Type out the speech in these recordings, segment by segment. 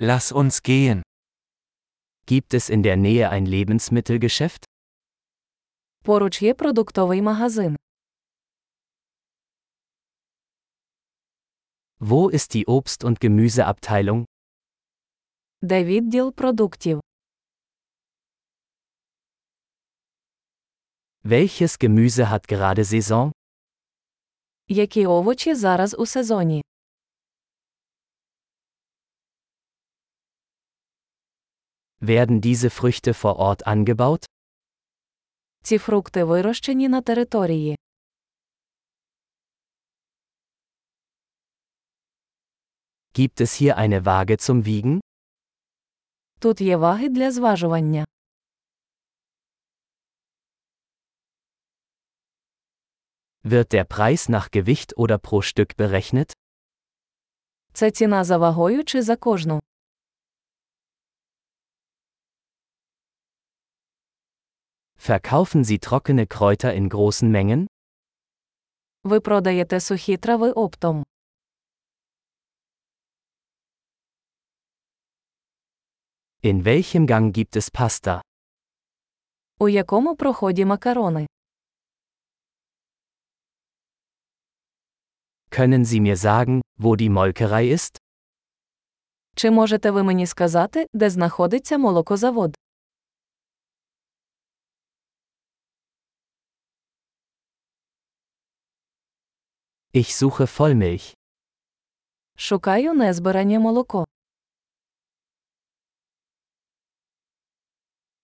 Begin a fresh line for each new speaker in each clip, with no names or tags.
Lass uns gehen. Gibt es in der Nähe ein Lebensmittelgeschäft?
Поруч є продуктовий магазин.
Wo ist die Obst- und Gemüseabteilung?
Де відділ продуктів?
Welches Gemüse hat gerade Saison?
Які овочі зараз у сезоні?
Werden diese Früchte vor Ort angebaut?
Ці фрукти вирощені на території.
Gibt es hier eine Waage zum Wiegen?
Тут є ваги для зважування.
Wird der Preis nach Gewicht oder pro Stück berechnet?
Це ціна за вагою чи за кожну.
Verkaufen Sie trockene Kräuter in großen Mengen?
Ви продаєте сухі трави оптом.
In welchem Gang gibt es Pasta?
У якому проході макарони?
Können Sie mir sagen, wo die Molkerei ist?
Чи можете ви мені сказати, де знаходиться молокозавод?
Ich suche Vollmilch.
Шукаю незбирання молоко.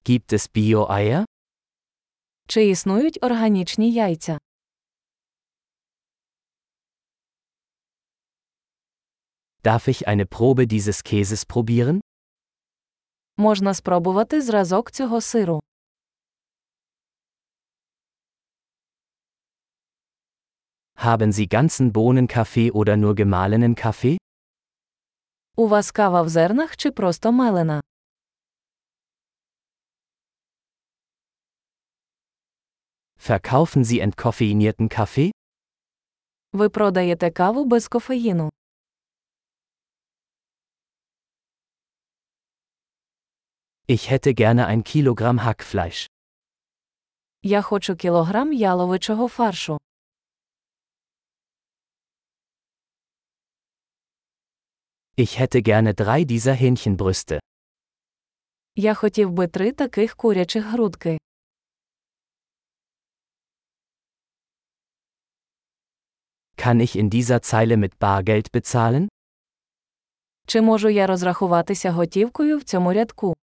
Gibt es Bio-Eier?
Чи існують органічні яйця?
Darf ich eine Probe dieses Käses probieren?
Можна спробувати зразок цього сиру.
Haben Sie ganzen Bohnenkaffee oder nur gemahlenen Kaffee?
У вас кава в зернах чи просто мелена?
Verkaufen Sie entkoffeinierten Kaffee?
Ви продаєте каву без кофеїну.
Ich hätte gerne ein Kilogramm Hackfleisch.
Я хочу кілограм яловичого фаршу.
Ich hätte gerne drei dieser Hähnchenbrüste.
Я хотів би три таких курячих грудки.
Kann ich in dieser Zeile mit Bargeld bezahlen?
Чи можу я розрахуватися готівкою в цьому рядку?